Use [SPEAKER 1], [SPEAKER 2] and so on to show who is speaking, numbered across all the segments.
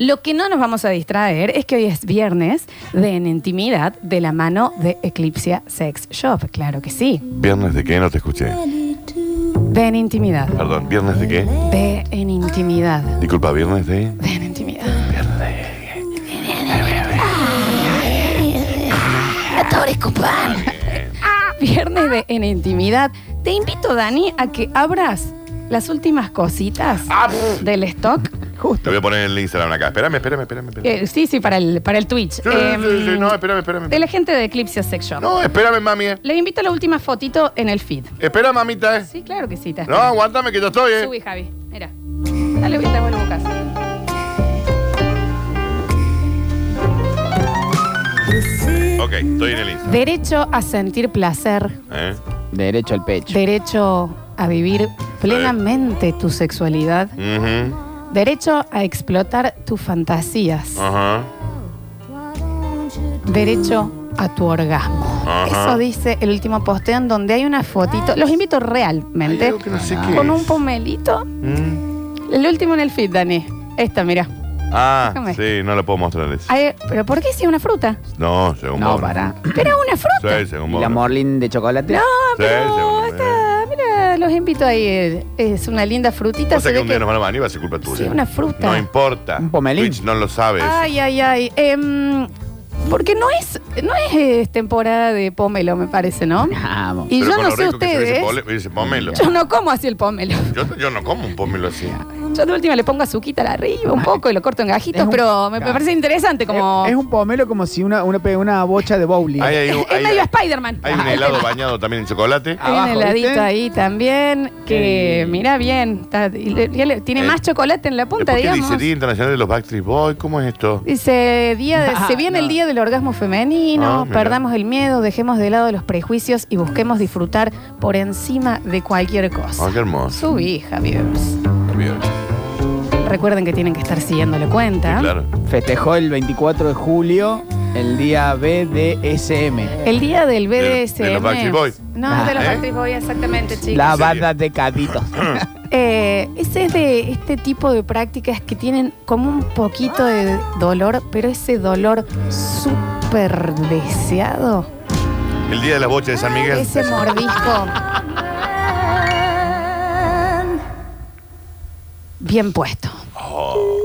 [SPEAKER 1] Lo que no nos vamos a distraer es que hoy es viernes de En Intimidad de la mano de Eclipsia Sex Shop. Claro que sí.
[SPEAKER 2] ¿Viernes de qué? No te escuché.
[SPEAKER 1] De En Intimidad.
[SPEAKER 2] Perdón, ¿viernes de qué?
[SPEAKER 1] De En Intimidad.
[SPEAKER 2] Disculpa, ¿viernes de...?
[SPEAKER 1] De En Intimidad. Ah,
[SPEAKER 2] Viernes de...
[SPEAKER 1] Viernes de En Intimidad. Te invito, Dani, a que abras las últimas cositas
[SPEAKER 2] Ah, pff.
[SPEAKER 1] del stock.
[SPEAKER 2] Te voy a poner el Instagram acá. Espérame, espérame, espérame. espérame.
[SPEAKER 1] Eh, sí, sí, para el, para el Twitch.
[SPEAKER 2] Sí, sí, sí,
[SPEAKER 1] Em,
[SPEAKER 2] no, espérame, espérame.
[SPEAKER 1] de la gente de Eclipsia Sex Shop.
[SPEAKER 2] No, espérame, mami. eh.
[SPEAKER 1] Les invito a la última fotito en el feed.
[SPEAKER 2] Espera, mamita, eh.
[SPEAKER 1] Sí, claro que sí. te
[SPEAKER 2] No, aguántame que yo estoy, eh.
[SPEAKER 1] Subí, Javi. Mira. Dale vuelta, bueno, Lucas.
[SPEAKER 2] Ok, estoy en el Instagram.
[SPEAKER 1] Derecho a sentir placer.
[SPEAKER 2] ¿Eh?
[SPEAKER 3] Derecho al pecho.
[SPEAKER 1] Derecho a vivir plenamente tu sexualidad.
[SPEAKER 2] Ujú,
[SPEAKER 1] Derecho a explotar tus fantasías.
[SPEAKER 2] Ajá.
[SPEAKER 1] Derecho a tu orgasmo.
[SPEAKER 2] Ajá.
[SPEAKER 1] Eso dice el último posteo en donde hay una fotito. Los invito
[SPEAKER 2] Hay
[SPEAKER 1] realmente.
[SPEAKER 2] algo que no
[SPEAKER 3] Ah,
[SPEAKER 2] sé qué
[SPEAKER 1] Con
[SPEAKER 2] es.
[SPEAKER 1] un pomelito.
[SPEAKER 2] Mm.
[SPEAKER 1] El último en el feed, Dani. Esta, mira.
[SPEAKER 2] Ah,
[SPEAKER 1] Déjame.
[SPEAKER 2] sí, no lo puedo mostrar eso.
[SPEAKER 1] Ay, ¿Pero por qué si es una fruta?
[SPEAKER 2] No, según
[SPEAKER 3] No,
[SPEAKER 2] vos,
[SPEAKER 3] para.
[SPEAKER 1] Pero una fruta.
[SPEAKER 2] Sí, según
[SPEAKER 3] ¿Y
[SPEAKER 2] vos.
[SPEAKER 3] la
[SPEAKER 2] no.
[SPEAKER 3] morlin de chocolate?
[SPEAKER 1] No,
[SPEAKER 2] Sí,
[SPEAKER 1] pero
[SPEAKER 2] seguro,
[SPEAKER 1] está- mira, los invito ahí. eh, Es una linda frutita.
[SPEAKER 2] O sea
[SPEAKER 1] se
[SPEAKER 2] que
[SPEAKER 1] ve
[SPEAKER 2] un día
[SPEAKER 1] que-
[SPEAKER 2] nos van a bañar y va a ser culpa tuya.
[SPEAKER 1] Sí, una fruta.
[SPEAKER 2] No importa.
[SPEAKER 3] Un pomelín.
[SPEAKER 2] Twitch no lo sabes.
[SPEAKER 1] Ay, ay, ay. Em, porque no es, no es eh, temporada de pomelo, me parece, ¿no?
[SPEAKER 3] Vamos.
[SPEAKER 1] Y
[SPEAKER 2] Pero
[SPEAKER 1] yo
[SPEAKER 2] con
[SPEAKER 1] no
[SPEAKER 2] lo
[SPEAKER 1] sé
[SPEAKER 2] rico que se ve ese
[SPEAKER 1] ustedes.
[SPEAKER 2] pole- ese pomelo.
[SPEAKER 1] Yo no como así el pomelo.
[SPEAKER 2] Yo, yo no como un pomelo así.
[SPEAKER 1] Yo de última le pongo azuquita arriba un poco y lo corto en gajitos,
[SPEAKER 3] Es un-
[SPEAKER 1] pero me, me parece interesante como.
[SPEAKER 3] Es, es un pomelo como si una, una, pe- una bocha de bowling.
[SPEAKER 2] Ahí hay,
[SPEAKER 1] es
[SPEAKER 2] un- hay-
[SPEAKER 1] medio Ah, Spider-Man.
[SPEAKER 2] hay un
[SPEAKER 1] Ah,
[SPEAKER 2] helado bañado también en chocolate.
[SPEAKER 1] Hay un
[SPEAKER 3] Abajo,
[SPEAKER 1] heladito
[SPEAKER 3] ¿viste?
[SPEAKER 1] ahí también que,
[SPEAKER 3] Eh.
[SPEAKER 1] mira bien, está- y le- ya le- tiene
[SPEAKER 2] Eh.
[SPEAKER 1] más chocolate en la punta,
[SPEAKER 2] ¿Por qué
[SPEAKER 1] digamos.
[SPEAKER 2] dice Día Internacional de los Backstreet Boys? ¿Cómo es esto?
[SPEAKER 1] Dice, día de-
[SPEAKER 3] Ah,
[SPEAKER 1] se viene
[SPEAKER 3] no.
[SPEAKER 1] el día del orgasmo femenino,
[SPEAKER 2] Ah, mira.
[SPEAKER 1] perdamos el miedo, dejemos de lado los prejuicios y busquemos disfrutar por encima de cualquier cosa.
[SPEAKER 2] Oh, qué hermoso.
[SPEAKER 1] Subí, Javier.
[SPEAKER 2] Bien. Sí,
[SPEAKER 1] Recuerden que tienen que estar siguiendo la cuenta.
[SPEAKER 2] claro.
[SPEAKER 3] Festejó el 24 de julio el día BDSM.
[SPEAKER 1] El día del
[SPEAKER 2] De-
[SPEAKER 1] BDSM.
[SPEAKER 2] de los Backstreet Boys.
[SPEAKER 1] No,
[SPEAKER 3] Ah.
[SPEAKER 1] de los
[SPEAKER 2] ¿Eh?
[SPEAKER 1] Backstreet Boys, exactamente, chicos.
[SPEAKER 3] La
[SPEAKER 2] ¿En serio?
[SPEAKER 3] banda de caditos.
[SPEAKER 1] Eh, ese es de este tipo de prácticas que tienen como un poquito de dolor, pero ese dolor súper deseado.
[SPEAKER 2] El día de las bochas de San Miguel.
[SPEAKER 1] Ese mordisco. Bien puesto.
[SPEAKER 2] Oh,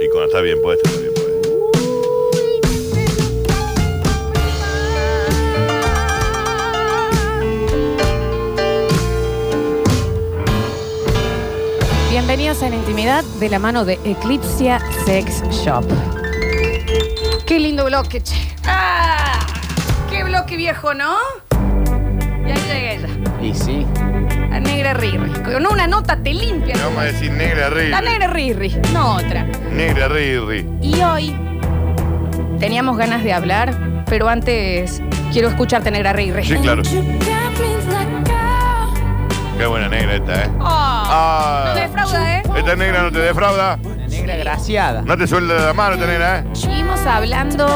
[SPEAKER 2] y cuando está bien puesto, está bien puesto.
[SPEAKER 1] Bienvenidos a la intimidad de la mano de Eclipsia Sex Shop. Qué lindo bloque, che. ¡Ah! Qué bloque viejo, ¿no? Y ahí llega ella,
[SPEAKER 3] y sí.
[SPEAKER 1] la negra Riri. Con una nota te limpia.
[SPEAKER 2] Le vamos a decir
[SPEAKER 1] La
[SPEAKER 2] negra Riri.
[SPEAKER 1] negra Riri, no otra.
[SPEAKER 2] Negra Riri.
[SPEAKER 1] Y hoy teníamos ganas de hablar, pero antes quiero escucharte, negra Riri.
[SPEAKER 2] Sí, claro. Qué buena negra esta, ¿eh?
[SPEAKER 1] Oh, no
[SPEAKER 2] Ah,
[SPEAKER 1] te defrauda, ¿eh?
[SPEAKER 2] esta negra no te defrauda.
[SPEAKER 3] Una negra graciada.
[SPEAKER 2] No te suelta la mano esta negra, ¿eh?
[SPEAKER 1] Seguimos hablando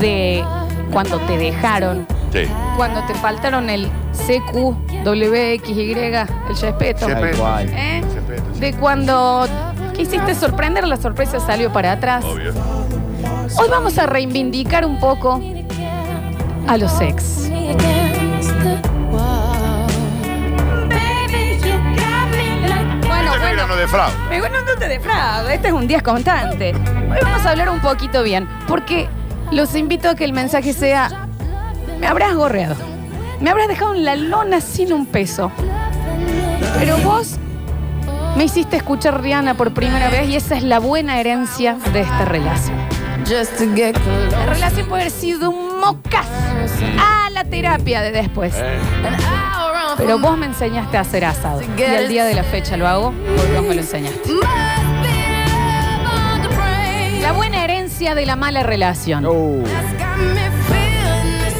[SPEAKER 1] de cuando te dejaron,
[SPEAKER 2] Sí.
[SPEAKER 1] cuando te faltaron el CQ, WXY, el respeto.
[SPEAKER 2] Sí.
[SPEAKER 3] Tal cual.
[SPEAKER 1] ¿eh?
[SPEAKER 2] Se presta, sí.
[SPEAKER 1] De cuando quisiste sorprender, la sorpresa salió para atrás.
[SPEAKER 2] Obvio.
[SPEAKER 1] Hoy vamos a reivindicar un poco a los ex. Bueno,
[SPEAKER 2] Esta
[SPEAKER 1] bueno.
[SPEAKER 2] negra Este no defrauda.
[SPEAKER 1] Me bueno, no te defraudo, este es un día constante. Hoy vamos a hablar un poquito bien, porque los invito a que el mensaje sea, me habrás gorreado, me habrás dejado en la lona sin un peso, pero vos me hiciste escuchar Rihanna por primera vez y esa es la buena herencia de esta relación. La relación puede haber sido un mocazo a la terapia de después. Pero vos me enseñaste a hacer asado. Y al día de la fecha lo hago porque vos me lo enseñaste. La buena herencia de la mala relación.
[SPEAKER 3] Uh,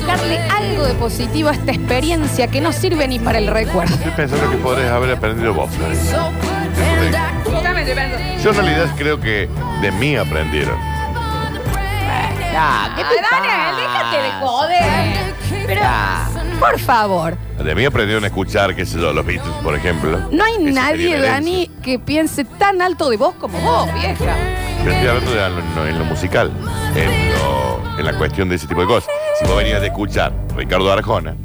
[SPEAKER 1] Darle algo de positivo a esta experiencia que no sirve ni para el recuerdo.
[SPEAKER 2] Estoy pensando que podrías haber aprendido vos, Florencia. Yo en realidad creo que de mí aprendieron.
[SPEAKER 3] ya, ¿qué te
[SPEAKER 1] Daniel,
[SPEAKER 3] pasa?
[SPEAKER 1] déjate de joder. Pero,
[SPEAKER 3] Ya.
[SPEAKER 1] por favor,
[SPEAKER 2] De mí aprendieron a escuchar, qué sé yo, los Beatles, por ejemplo.
[SPEAKER 1] no hay
[SPEAKER 2] Eso sería
[SPEAKER 1] nadie,
[SPEAKER 2] una herencia.
[SPEAKER 1] Dani, que piense tan alto de vos como vos, vieja.
[SPEAKER 2] Pero estoy hablando de lo- no, en lo musical, en, lo- en la cuestión de ese tipo de cosas. Si vos venías de escuchar Ricardo Arjona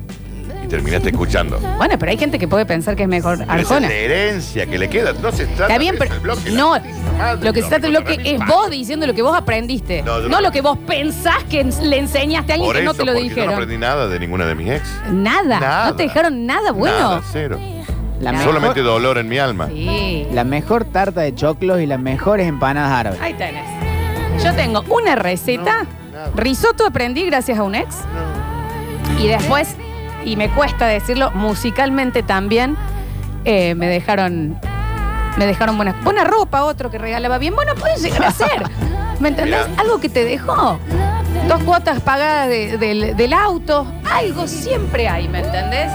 [SPEAKER 2] y terminaste escuchando.
[SPEAKER 1] Bueno, pero hay gente que puede pensar que es mejor
[SPEAKER 2] Pero esa
[SPEAKER 1] Arjona.
[SPEAKER 2] es la herencia que le queda. No se trata
[SPEAKER 1] Está bien,
[SPEAKER 2] de
[SPEAKER 1] pero.
[SPEAKER 2] eso, el bloque, la
[SPEAKER 1] No,
[SPEAKER 2] putísima madre,
[SPEAKER 1] lo que se trata del
[SPEAKER 2] no,
[SPEAKER 1] bloque
[SPEAKER 2] no,
[SPEAKER 1] es
[SPEAKER 2] no,
[SPEAKER 1] vos diciendo lo que vos aprendiste.
[SPEAKER 2] No, yo
[SPEAKER 1] No
[SPEAKER 2] no-
[SPEAKER 1] lo que vos pensás que ens- le enseñaste a alguien
[SPEAKER 2] Por
[SPEAKER 1] que no
[SPEAKER 2] eso,
[SPEAKER 1] te lo
[SPEAKER 2] porque Yo no
[SPEAKER 1] dijeron.
[SPEAKER 2] aprendí nada de ninguna de mis ex.
[SPEAKER 1] Nada,
[SPEAKER 2] Nada.
[SPEAKER 1] No te dejaron nada bueno.
[SPEAKER 2] Nada, cero.
[SPEAKER 1] Nada.
[SPEAKER 3] La mejor,
[SPEAKER 2] Solamente dolor en mi alma.
[SPEAKER 1] Sí.
[SPEAKER 3] la mejor tarta de choclos y las mejores empanadas árabes.
[SPEAKER 1] Ahí tenés. Yo tengo una receta.
[SPEAKER 2] No, nada.
[SPEAKER 1] Risotto aprendí gracias a un ex. Y después, y me cuesta decirlo, musicalmente también, eh, me dejaron. Me dejaron buena, buena ropa, otro que regalaba bien. Bueno, puede llegar a ser. ¿Me entendés?
[SPEAKER 2] Mirá.
[SPEAKER 1] Algo que te dejó. Dos cuotas pagadas de- del, del auto. Algo siempre hay, ¿me entendés?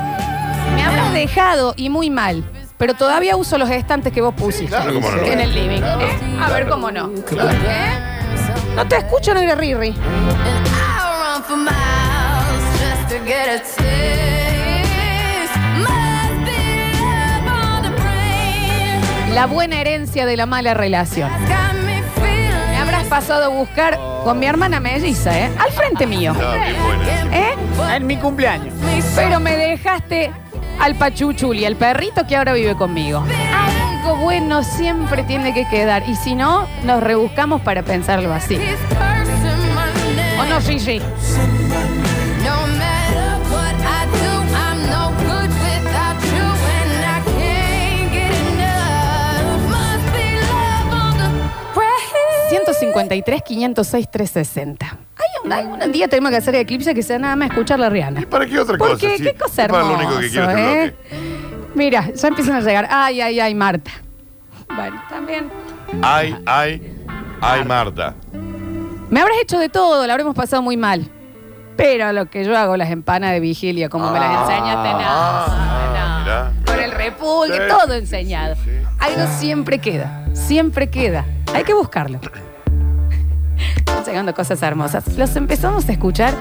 [SPEAKER 1] Me habrás dejado y muy mal. Pero todavía uso los estantes que vos pusiste
[SPEAKER 2] claro, cómo no.
[SPEAKER 1] en el living. ¿eh? A ver cómo no. ¿Eh? No te escucho, negra Riri. La buena herencia de la mala relación. Me habrás pasado a buscar con mi hermana melliza, ¿eh? Al frente mío.
[SPEAKER 2] No, bien buena.
[SPEAKER 1] ¿Eh?
[SPEAKER 3] En mi cumpleaños.
[SPEAKER 1] Pero me dejaste al pachuchuli, el perrito que ahora vive conmigo. Algo bueno siempre tiene que quedar. Y si no, nos rebuscamos para pensarlo así. ¿O no, Gigi?
[SPEAKER 4] Siempre
[SPEAKER 1] 153, 506, 360. Hay un, algún día tenemos que hacer eclipse que sea nada más escuchar la Rihanna.
[SPEAKER 2] ¿Y para qué otra cosa?
[SPEAKER 1] Porque
[SPEAKER 2] Sí,
[SPEAKER 1] qué cosa
[SPEAKER 2] es para lo
[SPEAKER 1] hermosa,
[SPEAKER 2] único que quiero este
[SPEAKER 1] ¿eh? Mira, ya empiezan a llegar. Ay, ay, ay, Marta. Bueno, también.
[SPEAKER 2] bloque. Ay, ay, ay, Marta.
[SPEAKER 1] Me habrás hecho de todo, la habremos pasado muy mal. Pero lo que yo hago, las empanas de vigilia, como me las enseñaste,
[SPEAKER 2] ah,
[SPEAKER 1] no, no.
[SPEAKER 2] mirá, mirá.
[SPEAKER 1] Con el repulgue,
[SPEAKER 2] Sí,
[SPEAKER 1] todo
[SPEAKER 2] sí,
[SPEAKER 1] enseñado.
[SPEAKER 2] sí, sí.
[SPEAKER 1] Algo siempre queda, siempre queda. Hay que buscarlo. Están llegando cosas hermosas. Los empezamos a escuchar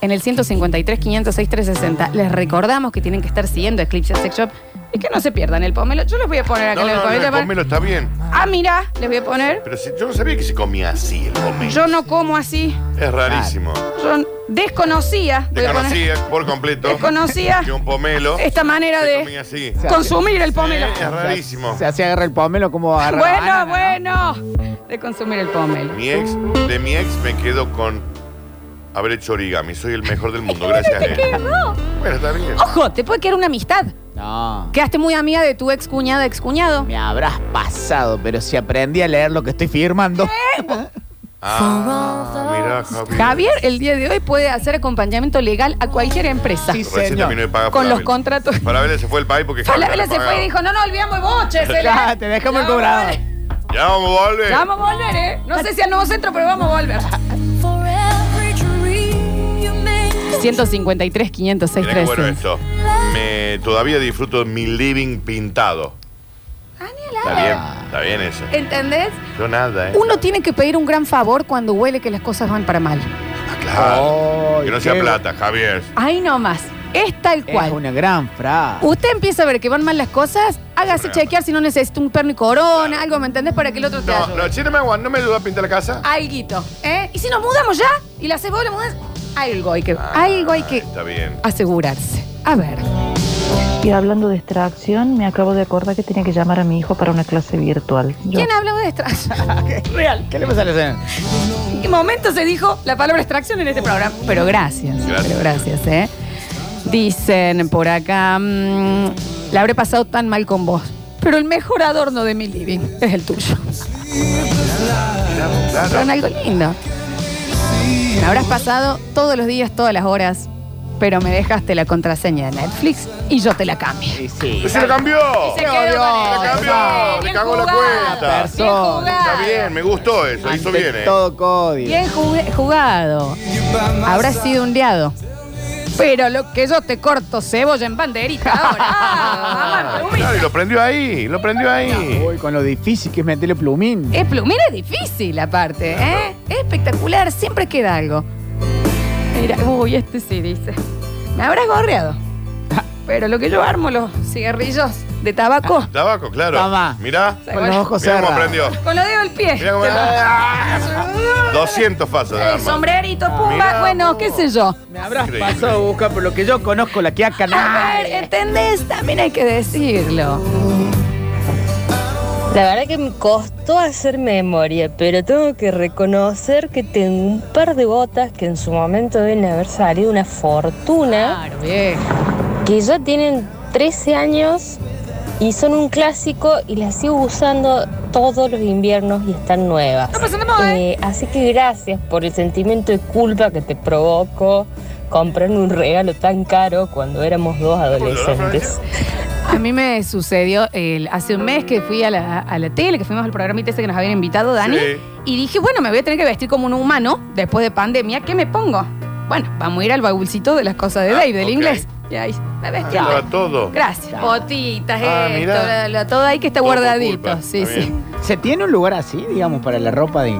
[SPEAKER 1] en el 153, 506, 360. Les recordamos que tienen que estar siguiendo Eclipse Sex Shop y que no se pierdan el pomelo. Yo les voy a poner acá
[SPEAKER 2] No,
[SPEAKER 1] en el
[SPEAKER 2] no,
[SPEAKER 1] pomelo.
[SPEAKER 2] el pomelo está bien.
[SPEAKER 1] Ah, mira, les voy a poner.
[SPEAKER 2] Pero si, yo no sabía que se comía así el pomelo.
[SPEAKER 1] Yo no como así.
[SPEAKER 2] Es rarísimo.
[SPEAKER 1] Yo desconocía, voy a poner,
[SPEAKER 2] Desconocía por completo.
[SPEAKER 1] Desconocía.
[SPEAKER 2] Que un pomelo.
[SPEAKER 1] esta manera
[SPEAKER 2] se
[SPEAKER 1] de
[SPEAKER 2] comía así.
[SPEAKER 1] consumir el pomelo.
[SPEAKER 2] Eh, es rarísimo.
[SPEAKER 3] Se hace agarra el pomelo como agarra.
[SPEAKER 1] Bueno,
[SPEAKER 3] banana, ¿no?
[SPEAKER 1] bueno, de consumir el pomelo.
[SPEAKER 2] Mi ex, de mi ex me quedo con haber hecho origami. Soy el mejor del mundo, gracias a él.
[SPEAKER 1] No.
[SPEAKER 2] Bueno, está bien.
[SPEAKER 1] Ojo, te puede quedar una amistad.
[SPEAKER 3] No.
[SPEAKER 1] Quedaste muy amiga de tu ex cuñada, ex cuñado.
[SPEAKER 3] Me habrás pasado, pero si aprendí a leer lo que estoy firmando.
[SPEAKER 2] Ah, mirá, Javier.
[SPEAKER 1] Javier el día de hoy puede hacer acompañamiento legal a cualquier empresa.
[SPEAKER 3] Sí,
[SPEAKER 2] Recién
[SPEAKER 3] señor.
[SPEAKER 2] terminó de pagar
[SPEAKER 1] Con los
[SPEAKER 2] Falabella.
[SPEAKER 1] contratos.
[SPEAKER 2] Falabella se fue del país porque
[SPEAKER 1] Falabella
[SPEAKER 2] Javier no
[SPEAKER 1] se fue y
[SPEAKER 2] pagaba.
[SPEAKER 1] dijo, no, no olvidamos boches. eh,
[SPEAKER 3] Ya, te dejamos el
[SPEAKER 1] Ya vamos a
[SPEAKER 3] cobrador.
[SPEAKER 1] volver.
[SPEAKER 2] Ya vamos, volve.
[SPEAKER 1] Ya Vamos a volver, ¿eh? No sé si al nuevo centro, pero vamos a volver. 153, 506,
[SPEAKER 2] Mirá qué bueno esto. Me, todavía disfruto mi living pintado. Está bien, está bien eso.
[SPEAKER 1] ¿Entendés?
[SPEAKER 2] Yo nada, ¿eh?
[SPEAKER 1] Uno tiene que pedir un gran favor cuando huele que las cosas van para mal.
[SPEAKER 2] Ah, claro.
[SPEAKER 3] Ay,
[SPEAKER 2] que no sea
[SPEAKER 3] qué-
[SPEAKER 2] plata, Javier.
[SPEAKER 1] Ahí nomás. Es tal
[SPEAKER 3] Es
[SPEAKER 1] cual.
[SPEAKER 3] una gran frase.
[SPEAKER 1] Usted empieza a ver que van mal las cosas, hágase
[SPEAKER 2] Claro.
[SPEAKER 1] chequear si no necesita un perno y corona, algo, ¿me entendés? Para que el otro te
[SPEAKER 2] No,
[SPEAKER 1] ayude.
[SPEAKER 2] no, che, no me aguanto, ¿no me ayudó a pintar la casa?
[SPEAKER 1] Alguito, ¿eh? Y si nos mudamos ya y la haces vos, la mudás, algo hay que,
[SPEAKER 2] Ah,
[SPEAKER 1] algo hay que
[SPEAKER 2] Está bien.
[SPEAKER 1] asegurarse. A ver.
[SPEAKER 5] Y hablando de extracción, me acabo de acordar que tenía que llamar a mi hijo para una clase virtual. Yo-
[SPEAKER 1] ¿Quién habló de extracción? Real.
[SPEAKER 3] ¿Qué le pasa a la señora?
[SPEAKER 1] ¿En qué momento se dijo la palabra extracción en este programa? Pero gracias.
[SPEAKER 2] Gracias.
[SPEAKER 1] Pero gracias, ¿eh? Dicen por acá, mm, la habré pasado tan mal con vos. Pero el mejor adorno de mi living es el tuyo. Son algo lindo. Me habrás pasado todos los días, todas las horas, pero me dejaste la contraseña de Netflix y yo te la cambié.
[SPEAKER 3] Y sí.
[SPEAKER 2] ¡Se lo cambió!
[SPEAKER 1] Se quedó con
[SPEAKER 3] obvio,
[SPEAKER 1] eso.
[SPEAKER 2] se cambió,
[SPEAKER 1] Sí,
[SPEAKER 2] le
[SPEAKER 1] bien
[SPEAKER 2] cagó la
[SPEAKER 1] jugado,
[SPEAKER 2] cuenta.
[SPEAKER 1] bien
[SPEAKER 3] Persona.
[SPEAKER 1] jugado.
[SPEAKER 2] Está bien, me gustó eso, hizo
[SPEAKER 3] Ante
[SPEAKER 2] bien, ¿eh?
[SPEAKER 3] Todo código.
[SPEAKER 1] Bien jugu- jugado. Habrá sido un liado. Pero lo que yo te corto cebolla en banderita ahora. Ah, mamá, plumín.
[SPEAKER 2] Claro, y lo prendió ahí, lo prendió ahí.
[SPEAKER 3] Uy, con lo difícil que es meterle plumín.
[SPEAKER 1] Es plumín es difícil aparte, ¿eh? Es espectacular, siempre queda algo. Mira, uy,
[SPEAKER 2] Ah.
[SPEAKER 1] este sí dice. Me habrás gorreado. Pero lo que yo armo los cigarrillos de tabaco.
[SPEAKER 2] Tabaco, claro.
[SPEAKER 3] Toma.
[SPEAKER 2] Mirá.
[SPEAKER 3] Con los ojos
[SPEAKER 2] Mirá cómo
[SPEAKER 3] cerrados.
[SPEAKER 2] aprendió.
[SPEAKER 1] Con lo dedo del pie.
[SPEAKER 2] Mirá cómo.
[SPEAKER 1] Te lo-
[SPEAKER 2] 200 pasos.
[SPEAKER 1] El sombrerito, pumba,
[SPEAKER 2] Ah, Mirá
[SPEAKER 1] bueno,
[SPEAKER 2] vos.
[SPEAKER 1] qué sé yo.
[SPEAKER 3] Me habrás
[SPEAKER 2] Increíble.
[SPEAKER 3] pasado a buscar por lo que yo conozco la que acá
[SPEAKER 1] A ver, ¿entendés? También hay que decirlo.
[SPEAKER 6] La verdad que me costó hacer memoria, pero tengo que reconocer que tengo un par de botas que en su momento deben haber salido una fortuna,
[SPEAKER 1] Claro, bien.
[SPEAKER 6] que ya tienen 13 años y son un clásico y las sigo usando todos los inviernos y están nuevas.
[SPEAKER 1] Está pasando moda, ¿eh?
[SPEAKER 6] Eh, así que gracias por el sentimiento de culpa que te provocó comprar un regalo tan caro cuando éramos dos adolescentes.
[SPEAKER 1] A mí me sucedió el- hace un mes que fui a la, a la tele, que fuimos al programita ese que nos habían invitado, Dani,
[SPEAKER 2] Sí.
[SPEAKER 1] y dije, bueno, me voy a tener que vestir como un humano después de pandemia, ¿qué me pongo? Bueno, vamos a ir al baúlcito de las cosas de
[SPEAKER 2] Ah,
[SPEAKER 1] Dave, del
[SPEAKER 2] ok.
[SPEAKER 1] inglés. Y ahí me vestí. al
[SPEAKER 2] Estaba
[SPEAKER 1] Dave.
[SPEAKER 2] todo.
[SPEAKER 1] Gracias. Botitas,
[SPEAKER 2] Ah,
[SPEAKER 1] esto,
[SPEAKER 2] mirá.
[SPEAKER 1] lo- lo- todo ahí que está
[SPEAKER 2] Todo por
[SPEAKER 1] guardadito.
[SPEAKER 2] culpa.
[SPEAKER 1] Sí,
[SPEAKER 2] Está
[SPEAKER 1] sí.
[SPEAKER 2] bien.
[SPEAKER 3] ¿Se tiene un lugar así, digamos, para la ropa de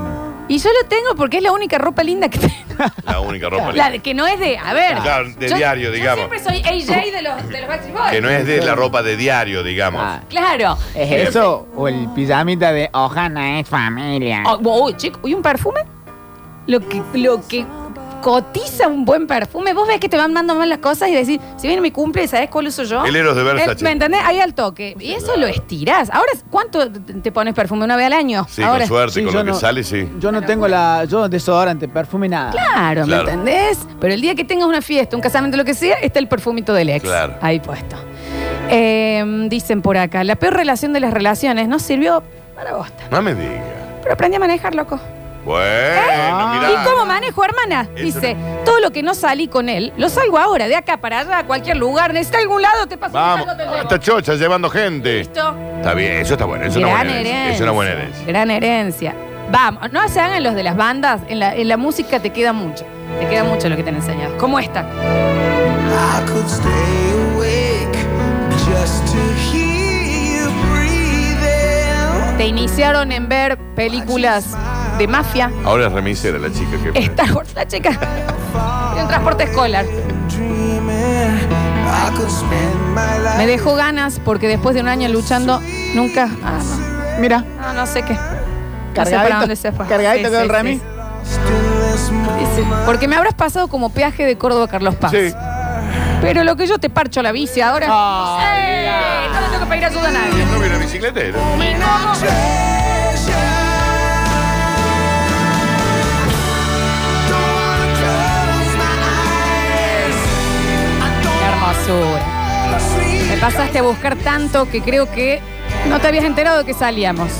[SPEAKER 1] Y yo lo tengo porque es la única ropa linda que tengo.
[SPEAKER 2] La única ropa.
[SPEAKER 1] La de- que no es de, a ver.
[SPEAKER 2] Claro, de
[SPEAKER 1] yo-
[SPEAKER 2] diario, digamos.
[SPEAKER 1] Yo siempre soy AJ de los, de los Backstreet Boys.
[SPEAKER 2] Que no es de la ropa de diario, digamos.
[SPEAKER 3] Ah,
[SPEAKER 1] Claro.
[SPEAKER 3] ¿Es
[SPEAKER 2] Bien.
[SPEAKER 3] eso? ¿O el pijamita de Ohana es familia?
[SPEAKER 1] Oh, oh, chico, ¿y un perfume? Lo que, lo que cotiza un buen perfume. Vos ves que te van dando mal las cosas y decís, si viene mi cumple, ¿sabes cuál uso yo?
[SPEAKER 2] El Eros de Versace.
[SPEAKER 1] El- ¿Me entendés? Ahí al toque. Y eso lo estirás. Ahora, ¿cuánto te te pones perfume? ¿Una vez al año?
[SPEAKER 2] Sí,
[SPEAKER 1] Ahora.
[SPEAKER 2] con suerte,
[SPEAKER 3] Sí,
[SPEAKER 2] con
[SPEAKER 3] yo
[SPEAKER 2] lo que
[SPEAKER 3] no-
[SPEAKER 2] sale, sí.
[SPEAKER 3] Yo no tengo la. Yo desodorante, perfume, nada.
[SPEAKER 1] Claro, ¿me
[SPEAKER 2] Claro.
[SPEAKER 1] entendés? Pero el día que tengas una fiesta, un casamiento, lo que sea, está el perfumito del ex.
[SPEAKER 2] Claro.
[SPEAKER 1] Ahí puesto. Eh, dicen por acá, la peor relación de las relaciones no sirvió para bosta.
[SPEAKER 2] No me digas.
[SPEAKER 1] Pero aprendí a manejar, loco.
[SPEAKER 2] Bueno, mirá.
[SPEAKER 1] Ah. ¿Y cómo manejo, hermana?
[SPEAKER 2] Eso
[SPEAKER 1] Dice, todo lo que no salí con él, lo salgo ahora, de acá para allá, a cualquier lugar. Necesita algún lado, te paso.
[SPEAKER 2] Vamos.
[SPEAKER 1] un saco, te-
[SPEAKER 2] Está chocha llevando gente.
[SPEAKER 1] Listo.
[SPEAKER 2] Está bien, eso está bueno. Eso es una
[SPEAKER 1] Gran
[SPEAKER 2] buena herencia.
[SPEAKER 1] herencia.
[SPEAKER 2] Es una buena herencia.
[SPEAKER 1] Gran herencia. Vamos, no se hagan los de las bandas. En la, en la música te queda mucho. Te queda mucho lo que te han enseñado. ¿Cómo está?
[SPEAKER 7] I could stay awake just to hear you breathing.
[SPEAKER 1] Te iniciaron en ver películas de mafia.
[SPEAKER 2] Ahora es remisera la chica que.
[SPEAKER 1] Star Wars, la chica. De un transporte escolar.
[SPEAKER 7] Dreaming, I could spend my life.
[SPEAKER 1] Me dejó ganas porque después de un año luchando, nunca. Ah, no.
[SPEAKER 3] Mira,
[SPEAKER 1] Ah, no sé qué. No sé para
[SPEAKER 3] cargadito.
[SPEAKER 1] dónde se fue.
[SPEAKER 3] Cargadito
[SPEAKER 1] Sí,
[SPEAKER 3] con
[SPEAKER 1] sí,
[SPEAKER 3] el
[SPEAKER 1] sí,
[SPEAKER 3] Rami.
[SPEAKER 1] sí.
[SPEAKER 7] in this moment.
[SPEAKER 1] Dice, Porque me habrás pasado como peaje de Córdoba a Carlos Paz.
[SPEAKER 2] Sí.
[SPEAKER 1] Pero lo que yo te parcho la bici ahora. ¡Ey! No le tengo que pedir ayuda a nadie.
[SPEAKER 2] No viene bicicletero.
[SPEAKER 1] Qué hermosura. Me pasaste a buscar tanto que creo que no te habías enterado de que salíamos.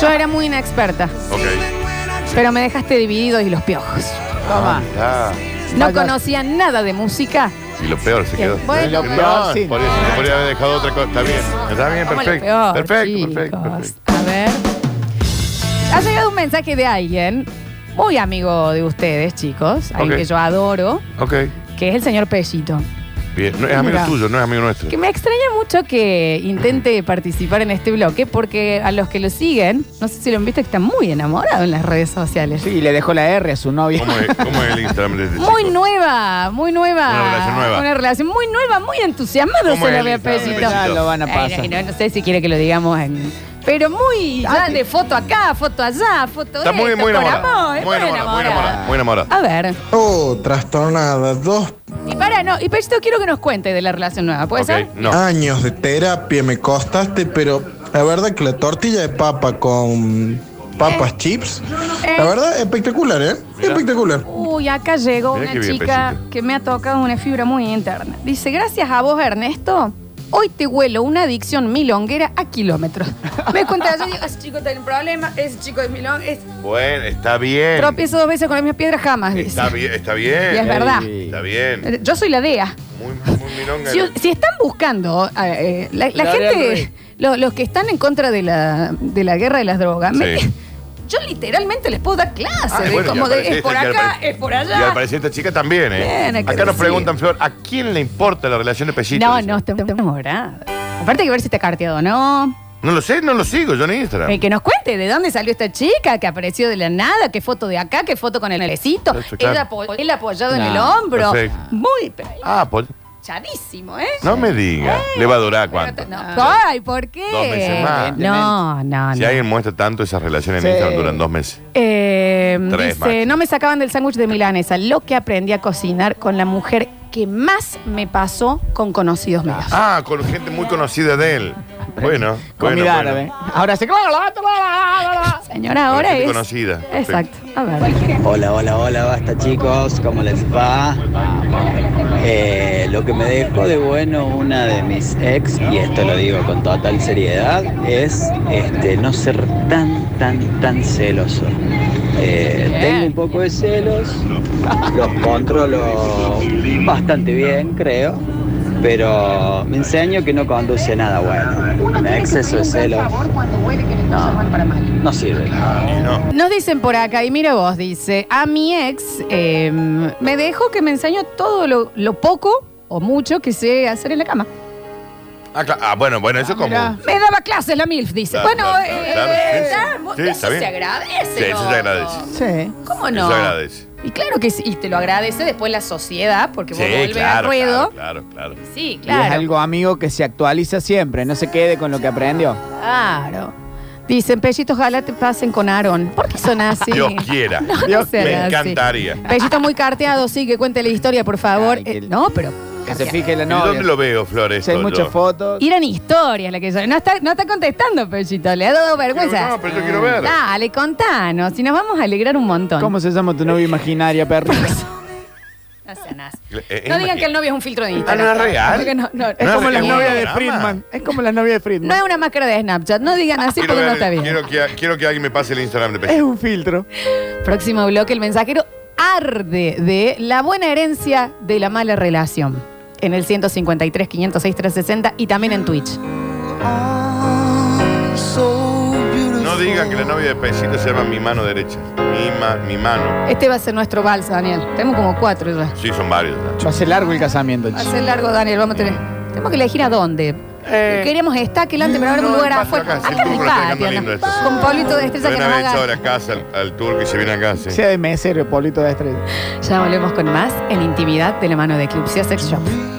[SPEAKER 1] Yo era muy inexperta,
[SPEAKER 2] Ok.
[SPEAKER 1] pero me dejaste divididos y los piojos.
[SPEAKER 3] Toma.
[SPEAKER 2] Ah,
[SPEAKER 1] No
[SPEAKER 3] Vaya.
[SPEAKER 1] conocía nada de música.
[SPEAKER 2] y lo peor se
[SPEAKER 1] Qué
[SPEAKER 2] quedó.
[SPEAKER 1] bueno,
[SPEAKER 2] no,
[SPEAKER 3] pero sí.
[SPEAKER 2] por eso se podría haber dejado otra cosa. Está bien. Está bien,
[SPEAKER 1] Somos los
[SPEAKER 2] perfecto.
[SPEAKER 1] peores,
[SPEAKER 2] perfecto,
[SPEAKER 1] chicos.
[SPEAKER 2] perfecto, perfecto.
[SPEAKER 1] A ver. Ha llegado un mensaje de alguien, muy amigo de ustedes, chicos, alguien
[SPEAKER 2] Ok.
[SPEAKER 1] que yo adoro,
[SPEAKER 2] Ok.
[SPEAKER 1] que es el señor Pellito.
[SPEAKER 2] Bien. No, es amigo
[SPEAKER 1] Mira.
[SPEAKER 2] tuyo, no es amigo nuestro.
[SPEAKER 1] Que me extraña mucho que intente participar en este bloque, porque a los que lo siguen, no sé si lo han visto, que está muy enamorado en las redes sociales.
[SPEAKER 3] Sí, le dejó la R a su novia.
[SPEAKER 2] ¿Cómo es, cómo es el Instagram de este
[SPEAKER 1] Muy
[SPEAKER 2] chico?
[SPEAKER 1] nueva, muy nueva.
[SPEAKER 2] Una relación nueva.
[SPEAKER 1] Una relación muy nueva, muy entusiasmado se
[SPEAKER 2] ¿Cómo es
[SPEAKER 1] lo
[SPEAKER 2] el
[SPEAKER 1] ve a
[SPEAKER 2] Instagram de
[SPEAKER 1] Pellito.
[SPEAKER 2] Pellito?
[SPEAKER 3] Ya lo van a
[SPEAKER 1] Ay,
[SPEAKER 3] pasar.
[SPEAKER 1] no, no sé si quiere que lo digamos en. Pero muy. ya
[SPEAKER 3] Ah,
[SPEAKER 1] de foto acá, foto allá, foto.
[SPEAKER 2] Está muy,
[SPEAKER 1] eh, esto,
[SPEAKER 2] muy
[SPEAKER 1] por
[SPEAKER 2] enamorado.
[SPEAKER 1] amor,
[SPEAKER 2] Muy enamorado, muy enamorado. Muy enamorado.
[SPEAKER 1] A ver.
[SPEAKER 8] Oh, trastornada, dos
[SPEAKER 1] Y para, no. Y Pechito quiero que nos cuente de la relación nueva. ¿Puede
[SPEAKER 2] Ok,
[SPEAKER 1] ser? Ah.
[SPEAKER 2] no.
[SPEAKER 8] años de terapia me costaste, pero la verdad que la tortilla de papa con papas chips,
[SPEAKER 1] Eh.
[SPEAKER 8] la verdad espectacular, ¿eh? Espectacular.
[SPEAKER 1] Uy, acá llegó
[SPEAKER 2] Mirá qué
[SPEAKER 1] una
[SPEAKER 2] bien,
[SPEAKER 1] chica
[SPEAKER 2] Pechito.
[SPEAKER 1] que me ha tocado una fibra muy interna. Dice, gracias a vos, Ernesto. Hoy te huelo una adicción milonguera a kilómetros. Me cuenta, yo digo, ese chico tiene un problema, ese chico es milong, es
[SPEAKER 2] Bueno, está bien.
[SPEAKER 1] tropiezo dos veces con la misma piedra jamás. dice.
[SPEAKER 2] Está bien, está
[SPEAKER 1] Y es
[SPEAKER 2] bien.
[SPEAKER 1] verdad.
[SPEAKER 2] Está bien.
[SPEAKER 1] Eh, Yo soy la DEA.
[SPEAKER 2] Muy, muy milonga.
[SPEAKER 1] Si, si están buscando, eh, eh, la, la
[SPEAKER 3] La DEA
[SPEAKER 1] gente,
[SPEAKER 3] Ruiz.
[SPEAKER 1] lo- los que están en contra de la, de la guerra de las drogas, me-
[SPEAKER 2] Sí.
[SPEAKER 1] yo literalmente les puedo dar clases.
[SPEAKER 2] Ah,
[SPEAKER 1] de
[SPEAKER 2] bueno, y
[SPEAKER 1] como
[SPEAKER 2] al
[SPEAKER 1] de,
[SPEAKER 2] parecer
[SPEAKER 1] es por
[SPEAKER 2] esta- y al
[SPEAKER 1] acá,
[SPEAKER 2] parecer-
[SPEAKER 1] es por
[SPEAKER 2] Y al
[SPEAKER 1] allá.
[SPEAKER 2] parecer esta chica también, ¿eh?
[SPEAKER 1] Bien, hay que
[SPEAKER 2] Acá nos
[SPEAKER 1] decir.
[SPEAKER 2] preguntan, Flor, ¿a quién le importa la relación de Pellito?
[SPEAKER 1] No,
[SPEAKER 2] Dice.
[SPEAKER 1] no, está enamorada. Aparte hay que ver si está carteado o no.
[SPEAKER 2] No lo sé, no lo sigo yo en Instagram.
[SPEAKER 1] Eh, que nos cuente de dónde salió esta chica que apareció de la nada, qué foto de acá, qué foto con el besito,
[SPEAKER 2] Eso,
[SPEAKER 1] él,
[SPEAKER 2] claro.
[SPEAKER 1] apo- él apoyado en
[SPEAKER 3] No.
[SPEAKER 1] el hombro.
[SPEAKER 2] Perfecto.
[SPEAKER 1] Muy. pe-
[SPEAKER 2] Ah, pues.
[SPEAKER 1] Charísimo, ¿eh?
[SPEAKER 2] No me diga. ¿Le va a durar cuánto?
[SPEAKER 9] No.
[SPEAKER 1] Ah.
[SPEAKER 9] Ay, ¿por qué?
[SPEAKER 2] Dos meses más.
[SPEAKER 1] No, no,
[SPEAKER 2] Si
[SPEAKER 1] Ah, no.
[SPEAKER 2] alguien muestra tanto esas relaciones en
[SPEAKER 3] Sí.
[SPEAKER 2] Instagram duran dos meses.
[SPEAKER 1] Eh,
[SPEAKER 2] Tres
[SPEAKER 1] dice,
[SPEAKER 2] machos.
[SPEAKER 1] no me sacaban del sándwich de milanesa, lo que aprendí a cocinar con la mujer que más me pasó con conocidos míos.
[SPEAKER 2] Ah, con gente muy conocida de él. Bueno, bueno,
[SPEAKER 3] Comida
[SPEAKER 2] bueno.
[SPEAKER 3] árabe. Ahora se...
[SPEAKER 2] Ah.
[SPEAKER 1] Señora, ahora
[SPEAKER 2] Gente
[SPEAKER 1] es...
[SPEAKER 2] conocida.
[SPEAKER 1] Exacto. A ver.
[SPEAKER 10] Hola, hola, hola, basta chicos, ¿cómo les va? Eh, lo que me dejó de bueno una de mis ex, y esto lo digo con total seriedad, es este, no ser tan, tan, tan celoso. Eh, tengo un poco de celos, los controlo bastante bien, creo, pero me enseño que no conduce a nada bueno. Un exceso de celos no sirve.
[SPEAKER 2] Y no.
[SPEAKER 1] Nos dicen por acá, y mira vos, dice, a mi ex eh, me dejó que me enseñó todo lo, lo poco o mucho que sé hacer en la cama.
[SPEAKER 2] Ah, cla- ah, bueno, bueno, eso es como.
[SPEAKER 1] Me daba clases la MILF, dice.
[SPEAKER 2] Claro,
[SPEAKER 1] bueno,
[SPEAKER 2] claro,
[SPEAKER 1] eh,
[SPEAKER 2] claro, sí.
[SPEAKER 1] ya, vos-
[SPEAKER 2] Sí,
[SPEAKER 1] eso
[SPEAKER 2] está bien.
[SPEAKER 1] se agradece.
[SPEAKER 2] Sí, eso se
[SPEAKER 1] loco.
[SPEAKER 2] agradece.
[SPEAKER 3] Sí.
[SPEAKER 1] ¿Cómo
[SPEAKER 2] Eso
[SPEAKER 1] no?
[SPEAKER 2] se agradece.
[SPEAKER 1] Y claro que sí, y te lo agradece después la sociedad, porque vos
[SPEAKER 2] Sí,
[SPEAKER 1] volvés
[SPEAKER 2] claro,
[SPEAKER 1] al ruedo.
[SPEAKER 2] claro, claro, claro.
[SPEAKER 1] Sí,
[SPEAKER 3] Y es
[SPEAKER 1] claro.
[SPEAKER 3] algo amigo que se actualiza siempre, no se quede con lo que aprendió.
[SPEAKER 1] Claro. Dicen, Pellito, ojalá te pasen con Aaron. ¿Por qué son así?
[SPEAKER 2] Dios quiera.
[SPEAKER 1] No, no
[SPEAKER 2] Dios-
[SPEAKER 1] sean
[SPEAKER 2] me
[SPEAKER 1] así.
[SPEAKER 2] encantaría.
[SPEAKER 1] Pellito muy carteado, sí, que cuente la historia, por favor.
[SPEAKER 3] Ay, que-
[SPEAKER 1] Eh, no, pero.
[SPEAKER 3] Que se fije la
[SPEAKER 2] ¿Y dónde
[SPEAKER 3] novia.
[SPEAKER 2] lo veo, Flores?
[SPEAKER 3] Si hay
[SPEAKER 2] yo?
[SPEAKER 3] muchas fotos.
[SPEAKER 1] Ir en historias la que yo. No está, no está contestando, Pellito. Le ha dado vergüenza.
[SPEAKER 2] No, pero yo quiero ver.
[SPEAKER 1] Dale, contanos. Si nos vamos a alegrar un montón.
[SPEAKER 3] ¿Cómo se llama tu novia imaginaria, perro?
[SPEAKER 1] No sean así.
[SPEAKER 2] Eh, eh,
[SPEAKER 1] No digan
[SPEAKER 2] imagina-
[SPEAKER 1] que el novio es un filtro de
[SPEAKER 2] Ah,
[SPEAKER 1] Instagram.
[SPEAKER 2] no es real.
[SPEAKER 1] Porque no- no-
[SPEAKER 3] Es
[SPEAKER 2] No,
[SPEAKER 3] como
[SPEAKER 2] es
[SPEAKER 3] la
[SPEAKER 2] un
[SPEAKER 3] novia de
[SPEAKER 2] holograma.
[SPEAKER 3] Friedman. Es como la novia de
[SPEAKER 1] No
[SPEAKER 3] Friedman.
[SPEAKER 1] es una máscara de Snapchat. No digan así
[SPEAKER 2] Quiero,
[SPEAKER 1] porque no
[SPEAKER 2] ver-
[SPEAKER 1] está bien.
[SPEAKER 2] quiero que, quiero que alguien me pase el Instagram de
[SPEAKER 3] Es
[SPEAKER 2] Pellito.
[SPEAKER 3] un filtro.
[SPEAKER 1] Próximo bloque, el mensajero arde de la buena herencia de la mala relación. En el 153, 506, 360 y también en Twitch.
[SPEAKER 2] No digan que la novia de Pellito se llama mi mano derecha. Mi, ma- mi mano.
[SPEAKER 1] Este va a ser nuestro vals, Daniel. Tenemos como cuatro ya.
[SPEAKER 2] Sí, son varios. ¿no?
[SPEAKER 3] Va a ser largo el casamiento,
[SPEAKER 1] Va a
[SPEAKER 3] che.
[SPEAKER 1] ser largo, Daniel. Vamos a tener. Tenemos que elegir a dónde. Queríamos estar que antes, pero ahora
[SPEAKER 2] Eh, no,
[SPEAKER 1] un lugar
[SPEAKER 2] pasa
[SPEAKER 1] afuera.
[SPEAKER 2] acá, sí,
[SPEAKER 1] Acá en el
[SPEAKER 2] Turco está dejando
[SPEAKER 1] patio,
[SPEAKER 2] lindo
[SPEAKER 1] ¿no?
[SPEAKER 2] esto.
[SPEAKER 1] Con Pablito de Estrella
[SPEAKER 2] Se
[SPEAKER 1] que
[SPEAKER 2] ven
[SPEAKER 1] nos
[SPEAKER 2] a ver
[SPEAKER 1] haga.
[SPEAKER 2] ahora a casa al, al turco y se viene acá, sí.
[SPEAKER 3] Sea de mesero, Polito de Estrella.
[SPEAKER 1] Ya volvemos con más en Intimidad de la mano de Eclipse Sex Shop.